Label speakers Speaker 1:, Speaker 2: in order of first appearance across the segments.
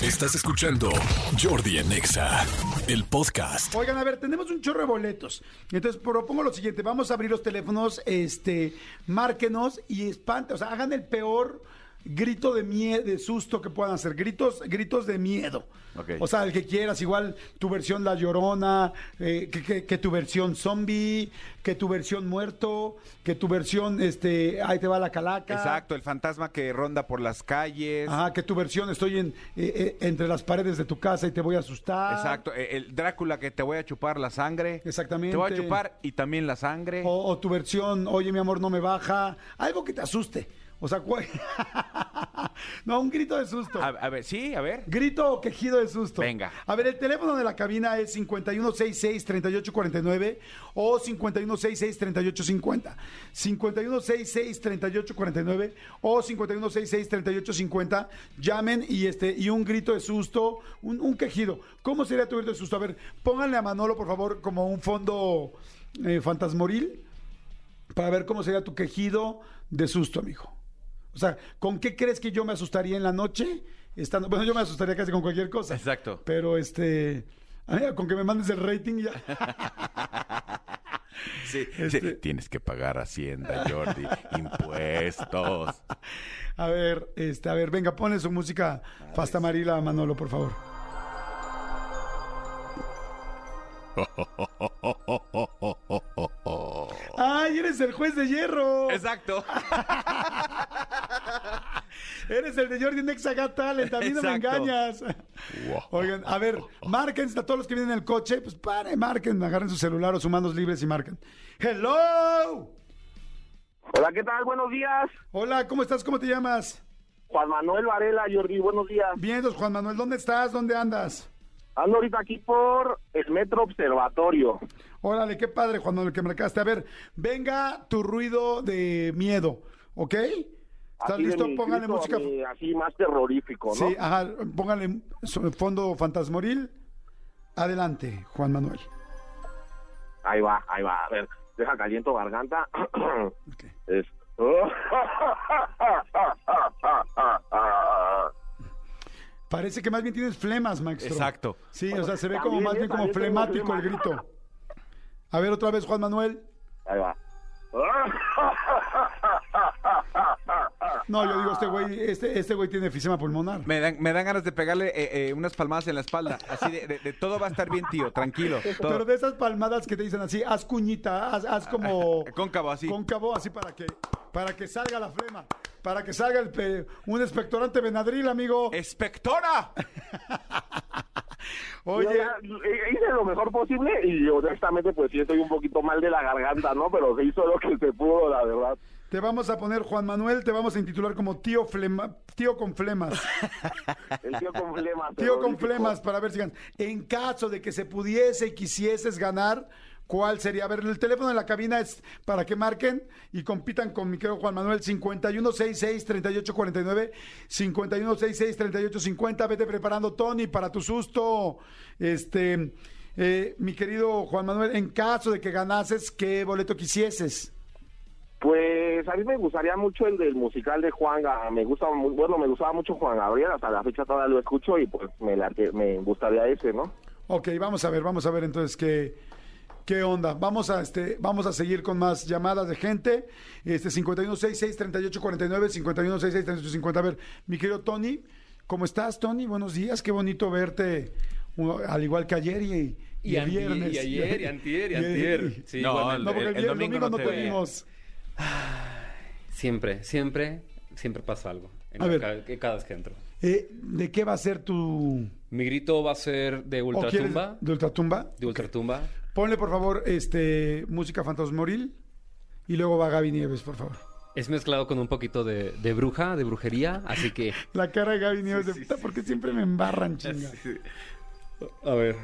Speaker 1: Estás escuchando Jordi en Exa, el podcast.
Speaker 2: Oigan, a ver, tenemos un chorro de boletos. Entonces propongo lo siguiente, vamos a abrir los teléfonos, este, márquenos y espante, o sea, hagan el peor grito de mie- de susto que puedan hacer, gritos, gritos de miedo.
Speaker 3: Ok.
Speaker 2: O sea, el que quieras, igual tu versión La Llorona, eh, que, que- que tu versión zombie, que tu versión muerto, que tu versión, este, ahí te va la calaca.
Speaker 3: Exacto, el fantasma que ronda por las calles.
Speaker 2: Ajá, que tu versión estoy en, eh, eh, entre las paredes de tu casa y te voy a asustar.
Speaker 3: Exacto, eh, el Drácula que te voy a chupar la sangre.
Speaker 2: Exactamente. Oh.
Speaker 3: Te voy a chupar y también la sangre.
Speaker 2: O, o tu versión, oye mi amor, no me baja. Algo que te asuste. O sea, cuál- no, un grito de susto.
Speaker 3: A, a ver, sí, a ver.
Speaker 2: Grito o quejido de susto.
Speaker 3: Venga.
Speaker 2: A ver, el teléfono de la cabina es 5166-3849 o 5166-3850. 5166-3849 o 5166-3850. Llamen y este y un grito de susto, un, un quejido. ¿Cómo sería tu grito de susto? A ver, pónganle a Manolo, por favor, como un fondo eh, fantasmoril para ver cómo sería tu quejido de susto, amigo. O sea, ¿con qué crees que yo me asustaría en la noche? Estando, bueno, yo me asustaría casi con cualquier cosa.
Speaker 3: Exacto.
Speaker 2: Pero este, ay, con que me mandes el rating y ya.
Speaker 3: Sí,
Speaker 2: Este-
Speaker 3: Tienes que pagar Hacienda, Jordi. impuestos.
Speaker 2: A ver, este, a ver, venga, ponle su música Pasta Amarila a Manolo, por favor. Ay, eres el juez de hierro.
Speaker 3: Exacto.
Speaker 2: Eres el de Jordi Nexa Got Talent, a mí no me
Speaker 3: Exacto.
Speaker 2: engañas. Oigan, a ver, marquen a todos los que vienen en el coche, pues paren, marquen, agarren su celular o sus manos libres y marquen. ¡Hello!
Speaker 4: Hola, ¿qué tal? Buenos días.
Speaker 2: Hola, ¿cómo estás? ¿Cómo te llamas?
Speaker 4: Juan Manuel Varela, Jordi, buenos días.
Speaker 2: Bien, entonces, Juan Manuel, ¿dónde estás? ¿Dónde andas?
Speaker 4: Ando ahorita aquí por el Metro Observatorio.
Speaker 2: Órale, qué padre, Juan Manuel, que marcaste. A ver, venga tu ruido de miedo, ¿ok? ¿Estás
Speaker 4: Así de
Speaker 2: listo?
Speaker 4: mi
Speaker 2: Póngale
Speaker 4: grito,
Speaker 2: música.
Speaker 4: mi- así más terrorífico, ¿no?
Speaker 2: Sí, ajá, póngale so- fondo fantasmoril. Adelante, Juan Manuel.
Speaker 4: Ahí va, ahí va. A ver, deja caliento garganta.
Speaker 2: Ok.
Speaker 4: Es-
Speaker 2: Parece que más bien tienes flemas, maestro.
Speaker 3: Exacto.
Speaker 2: Sí, o sea, se ve como
Speaker 4: También,
Speaker 2: más bien como
Speaker 4: también tengo
Speaker 2: flemático el
Speaker 4: flemas.
Speaker 2: grito. A ver, otra vez, Juan Manuel.
Speaker 4: Ahí va.
Speaker 2: No, yo digo, este güey, este, este güey tiene efisema pulmonar.
Speaker 3: Me dan, me dan ganas de pegarle eh, eh, unas palmadas en la espalda. Así de, de- de todo va a estar bien, tío. Tranquilo. todo.
Speaker 2: Pero de esas palmadas que te dicen así, haz cuñita, haz, haz como...
Speaker 3: Cóncavo, así.
Speaker 2: Cóncavo, así para que, para que salga la flema, para que salga el pe- un espectorante Benadryl, amigo.
Speaker 3: ¡Espectora!
Speaker 4: Yo
Speaker 2: Oye,
Speaker 4: ya, eh, hice lo mejor posible y honestamente pues sí estoy un poquito mal de la garganta, ¿no? Pero se hizo lo que se pudo, la verdad.
Speaker 2: te vamos a poner Juan Manuel, te vamos a intitular como tío flema, tío con flemas.
Speaker 4: El tío con flemas.
Speaker 2: Tío con
Speaker 4: terrorífico.
Speaker 2: flemas para ver si ganas. En caso de que se pudiese y quisieses ganar, ¿cuál sería? A ver, el teléfono de la cabina es para que marquen y compitan con mi querido Juan Manuel 5166-3849, 5166-3850. Vete preparando, Tony, para tu susto. Este, eh, mi querido Juan Manuel, en caso de que ganases, ¿qué boleto quisieses?
Speaker 4: Pues a mí me gustaría mucho el del musical de Juan, Ga- me gusta mu- bueno, me gustaba mucho Juan Gabriel, hasta la fecha todavía lo escucho y pues me la, me gustaría ese, ¿no?
Speaker 2: Ok, vamos a ver, vamos a ver entonces qué, qué onda. Vamos a este, vamos a seguir con más llamadas de gente. Este 5166-3849, 5166-3850. A ver, mi querido Tony, ¿cómo estás, Tony? Buenos días, qué bonito verte, u- al igual que ayer y, y
Speaker 5: Y
Speaker 2: el
Speaker 5: anti-
Speaker 2: viernes.
Speaker 5: y ayer, y antier, y antier. Sí,
Speaker 3: No,
Speaker 5: igualmente.
Speaker 3: el-
Speaker 2: no, porque el,
Speaker 3: el
Speaker 2: vier-
Speaker 3: domingo no
Speaker 2: no
Speaker 3: te
Speaker 5: veía.
Speaker 2: tuvimos.
Speaker 5: Siempre, siempre, siempre pasa algo. en
Speaker 2: A ver.
Speaker 5: ca- que cada vez que entro.
Speaker 2: Eh, ¿De qué va a ser tu...
Speaker 5: Mi grito va a ser de
Speaker 2: o quieres-
Speaker 5: ultratumba.
Speaker 2: ¿De Ultratumba?
Speaker 5: De ultratumba.
Speaker 2: Ponle, por favor, este música Fantasmoril y luego va Gaby Nieves, por favor.
Speaker 5: Es mezclado con un poquito de, de bruja, de brujería. Así que,
Speaker 2: La cara de Gaby Nieves de puta, ¿por qué siempre me embarran, chinga?
Speaker 5: a ver.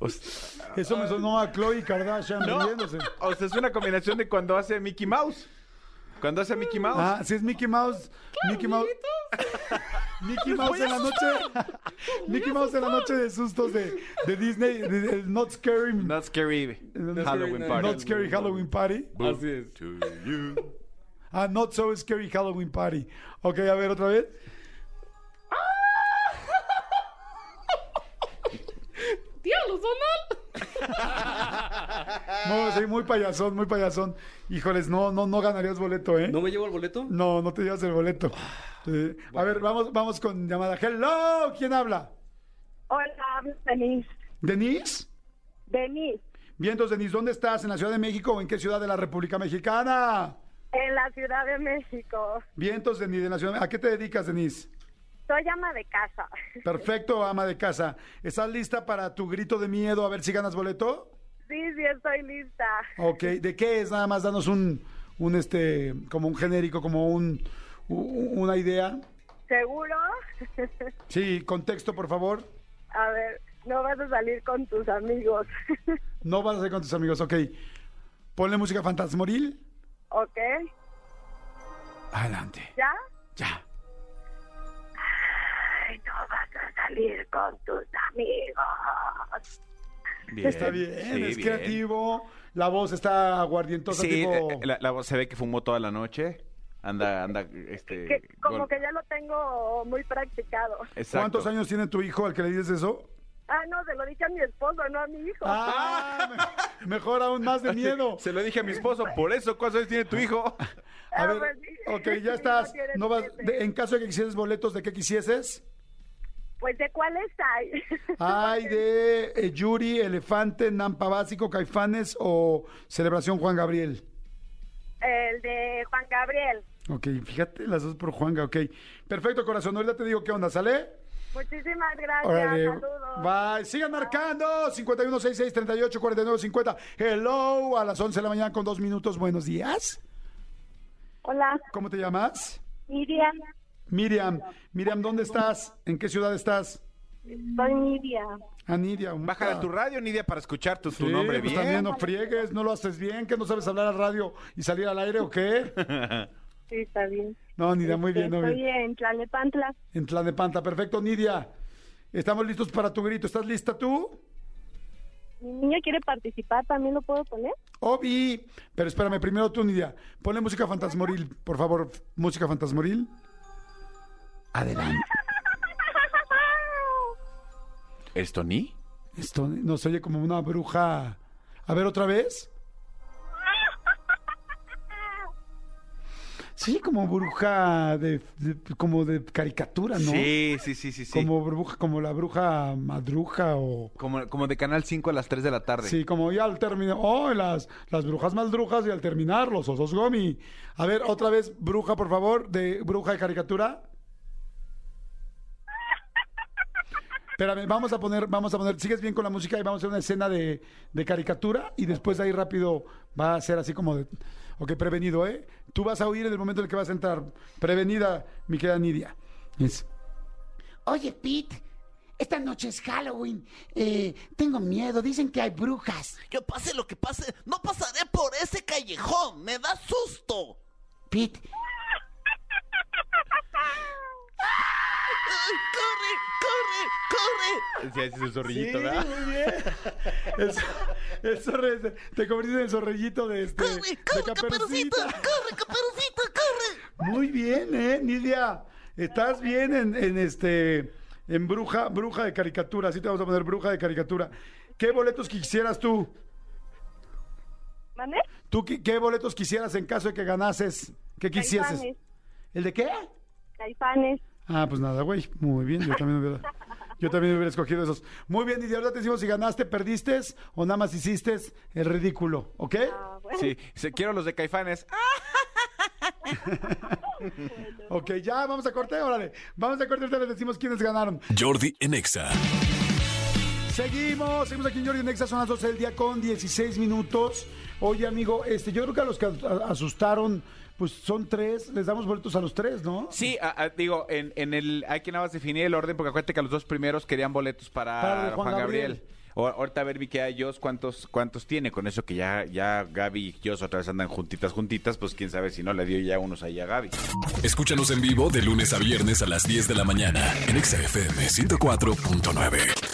Speaker 3: O sea,
Speaker 2: Eso me sonó a Chloe Kardashian
Speaker 3: ¿no?
Speaker 2: riéndose.
Speaker 3: O sea, es una combinación de cuando hace Mickey Mouse. Cuando hace Mickey Mouse.
Speaker 2: Ah, si es Mickey Mouse. Mickey Mouse. Mickey Mouse en la noche. Mickey Mouse en la noche de sustos de, de Disney. de- de Not Scary.
Speaker 3: Not scary Halloween
Speaker 5: Scary
Speaker 3: Party.
Speaker 2: Not Scary Halloween Party.
Speaker 5: Así es.
Speaker 2: Ah, Not So Scary Halloween Party. Ok, a ver otra vez.
Speaker 6: ¡Diablos, Donald!
Speaker 2: No, sí, muy payasón, muy payasón. Híjoles, no, no, no ganarías boleto, ¿eh?
Speaker 5: ¿No me llevo el boleto?
Speaker 2: No, no te llevas el boleto. Sí. A ver, vamos, vamos con llamada. Hello, ¿quién habla?
Speaker 7: Hola, Denise.
Speaker 2: ¿Denise?
Speaker 7: Denise,
Speaker 2: Bien, entonces, Denise, ¿dónde estás? ¿En la Ciudad de México o en qué ciudad de la República Mexicana?
Speaker 7: en la Ciudad de México.
Speaker 2: Bien, entonces, Denise, en la Ciudad de- ¿a qué te dedicas, Denise?
Speaker 7: Soy ama de casa.
Speaker 2: Perfecto, ama de casa. ¿Estás lista para tu grito de miedo a ver si ganas boleto?
Speaker 7: Sí, sí, estoy lista.
Speaker 2: Ok, ¿de qué es? Nada más danos un, un este, como un genérico, como un, u- una idea.
Speaker 7: ¿Seguro?
Speaker 2: Sí, contexto, por favor.
Speaker 7: A ver, no vas a salir con tus amigos.
Speaker 2: No vas a ser con tus amigos, ok. Ponle música fantasmoril.
Speaker 7: ¿Ok?
Speaker 2: Adelante,
Speaker 7: ¿Ya?
Speaker 2: ya.
Speaker 7: Ay, no vas a salir con tus amigos.
Speaker 2: Está bien,
Speaker 3: sí,
Speaker 2: es
Speaker 3: bien.
Speaker 2: creativo. La voz está aguardientosa,
Speaker 3: Sí,
Speaker 2: tipo...
Speaker 3: eh, la, la voz se ve que fumó toda la noche. Anda, anda, este...
Speaker 7: Que como
Speaker 3: gol-
Speaker 7: que ya lo tengo muy practicado.
Speaker 3: Exacto.
Speaker 2: ¿Cuántos años tiene tu hijo al que le dices eso?
Speaker 7: Ah, no, se lo dije a mi esposo, no a mi hijo.
Speaker 2: Ah, me- mejor aún más de miedo.
Speaker 3: Se lo dije a mi esposo, por eso, ¿cuántos años tiene tu hijo?
Speaker 2: A
Speaker 7: Ah,
Speaker 2: ver,
Speaker 7: pues sí.
Speaker 2: ok, ya
Speaker 7: No
Speaker 2: estás.
Speaker 7: tienes
Speaker 2: No vas,
Speaker 7: ese.
Speaker 2: de- en caso de que quisieses boletos, ¿de qué quisieses?
Speaker 7: Pues de cuáles hay.
Speaker 2: Hay
Speaker 7: pues
Speaker 2: de eh, Yuri, Elefante, Nampa Básico, Caifanes o Celebración Juan Gabriel.
Speaker 7: El de Juan Gabriel.
Speaker 2: Ok, fíjate, las dos por Juanga, ok. Perfecto, corazón, ahorita te digo qué onda, ¿sale?
Speaker 7: Muchísimas gracias.
Speaker 2: Órale.
Speaker 7: Saludos.
Speaker 2: Bye. Sigan marcando. 5166-3849-50. Hello. A las 11 de la mañana con dos minutos. Buenos días.
Speaker 7: Hola,
Speaker 2: ¿Cómo te llamas?
Speaker 7: Miriam.
Speaker 2: Miriam. Miriam, ¿dónde estás? ¿En qué ciudad estás?
Speaker 7: Soy Miriam.
Speaker 2: Anidia. un-
Speaker 3: Bájala tu radio, Nidia, para escuchar tu, tu
Speaker 2: Sí,
Speaker 3: nombre
Speaker 2: pues
Speaker 3: bien.
Speaker 2: también no friegues, no lo haces bien, que no sabes hablar al radio y salir al aire o qué.
Speaker 7: Sí, está bien. Este,
Speaker 2: No, Nidia, muy bien, muy
Speaker 7: Estoy
Speaker 2: bien.
Speaker 7: en Tlalnepantla.
Speaker 2: En Tlanepantla, perfecto, Nidia. Estamos listos para tu grito. ¿Estás lista tú?
Speaker 7: Mi niño quiere participar, ¿también lo puedo poner?
Speaker 2: Obi. Pero espérame, primero tú, Nidia. Ponle música fantasmoril, por favor. Música fantasmoril. Adelante.
Speaker 3: ¿Es Tony?
Speaker 2: Esto nos oye como una bruja. A ver, otra vez. Sí, como bruja de, de- como de caricatura, Ah, ¿no?
Speaker 3: Sí, sí, sí, sí. sí.
Speaker 2: Como bruja, como la bruja madruja o
Speaker 3: Como, como de Canal 5 a las 3 de la tarde.
Speaker 2: sí, como ya al terminar, oh, las, las brujas maldrujas y al terminar los osos gomi. A ver, otra vez, bruja, por favor, de bruja de caricatura. Espérame, vamos a poner, vamos a poner, sigues bien con la música y vamos a hacer una escena de, de caricatura y después de ahí rápido va a ser así como de, ok, prevenido, ¿eh? Tú vas a oír en el momento en el que vas a entrar, prevenida, mi querida Nidia. Es-
Speaker 8: Oye, Pete, esta noche es Halloween. Eh, tengo miedo, dicen que hay brujas.
Speaker 9: Yo pase lo que pase, no pasaré por ese callejón. Me da susto.
Speaker 8: Pete,
Speaker 9: ¡Ay, ¡Corre, corre, corre!
Speaker 3: Sí, ese es el zorrillito, ¿verdad?
Speaker 2: El, zo- el zorre- te convertiste en el zorrillito de este.
Speaker 9: ¡Corre, corre,
Speaker 2: de
Speaker 9: caperucita!
Speaker 2: Caperucita.
Speaker 9: ¡Corre, caperucita, corre!
Speaker 2: Muy bien, eh, Nidia. Estás bien en, en este. En bruja, bruja de caricatura. Así te vamos a poner bruja de caricatura. ¿Qué boletos quisieras tú?
Speaker 7: ¿Mande?
Speaker 2: ¿Tú qué, qué boletos quisieras en caso de que ganases? ¿Qué quisieses?
Speaker 7: Caifanes.
Speaker 2: ¿El de qué?
Speaker 7: Caifanes.
Speaker 2: Ah, pues nada, güey. Muy bien, yo también hubiera, yo también hubiera escogido esos. Muy bien, Nidia. Ahora te decimos si ganaste, perdiste o nada más hiciste el ridículo, ¿ok?
Speaker 7: Ah, bueno.
Speaker 3: Sí, se- quiero los de Caifanes.
Speaker 2: Ok, ya, vamos a corte, órale. Vamos a corte, ahorita les decimos quiénes ganaron.
Speaker 1: Jordi en Exa.
Speaker 2: Seguimos, seguimos aquí en Jordi Nexa, son las 12 del día con 16 minutos. Oye, amigo, este, yo creo que a los que a- asustaron, pues son tres, les damos boletos a los tres, ¿no?
Speaker 3: Sí, a- a- digo, en, en el hay que nada más definir el orden porque acuérdate que los dos primeros querían boletos para,
Speaker 2: Para el
Speaker 3: Juan, Gabriel. O- Ahorita a ver Vicky a Jos cuántos, cuántos tiene. Con eso que ya, ya Gaby y Jos otra vez andan juntitas, juntitas, pues quién sabe si no le dio ya unos ahí a Gaby.
Speaker 1: Escúchanos en vivo de lunes a viernes a las 10 de la mañana en Exa FM 104.9.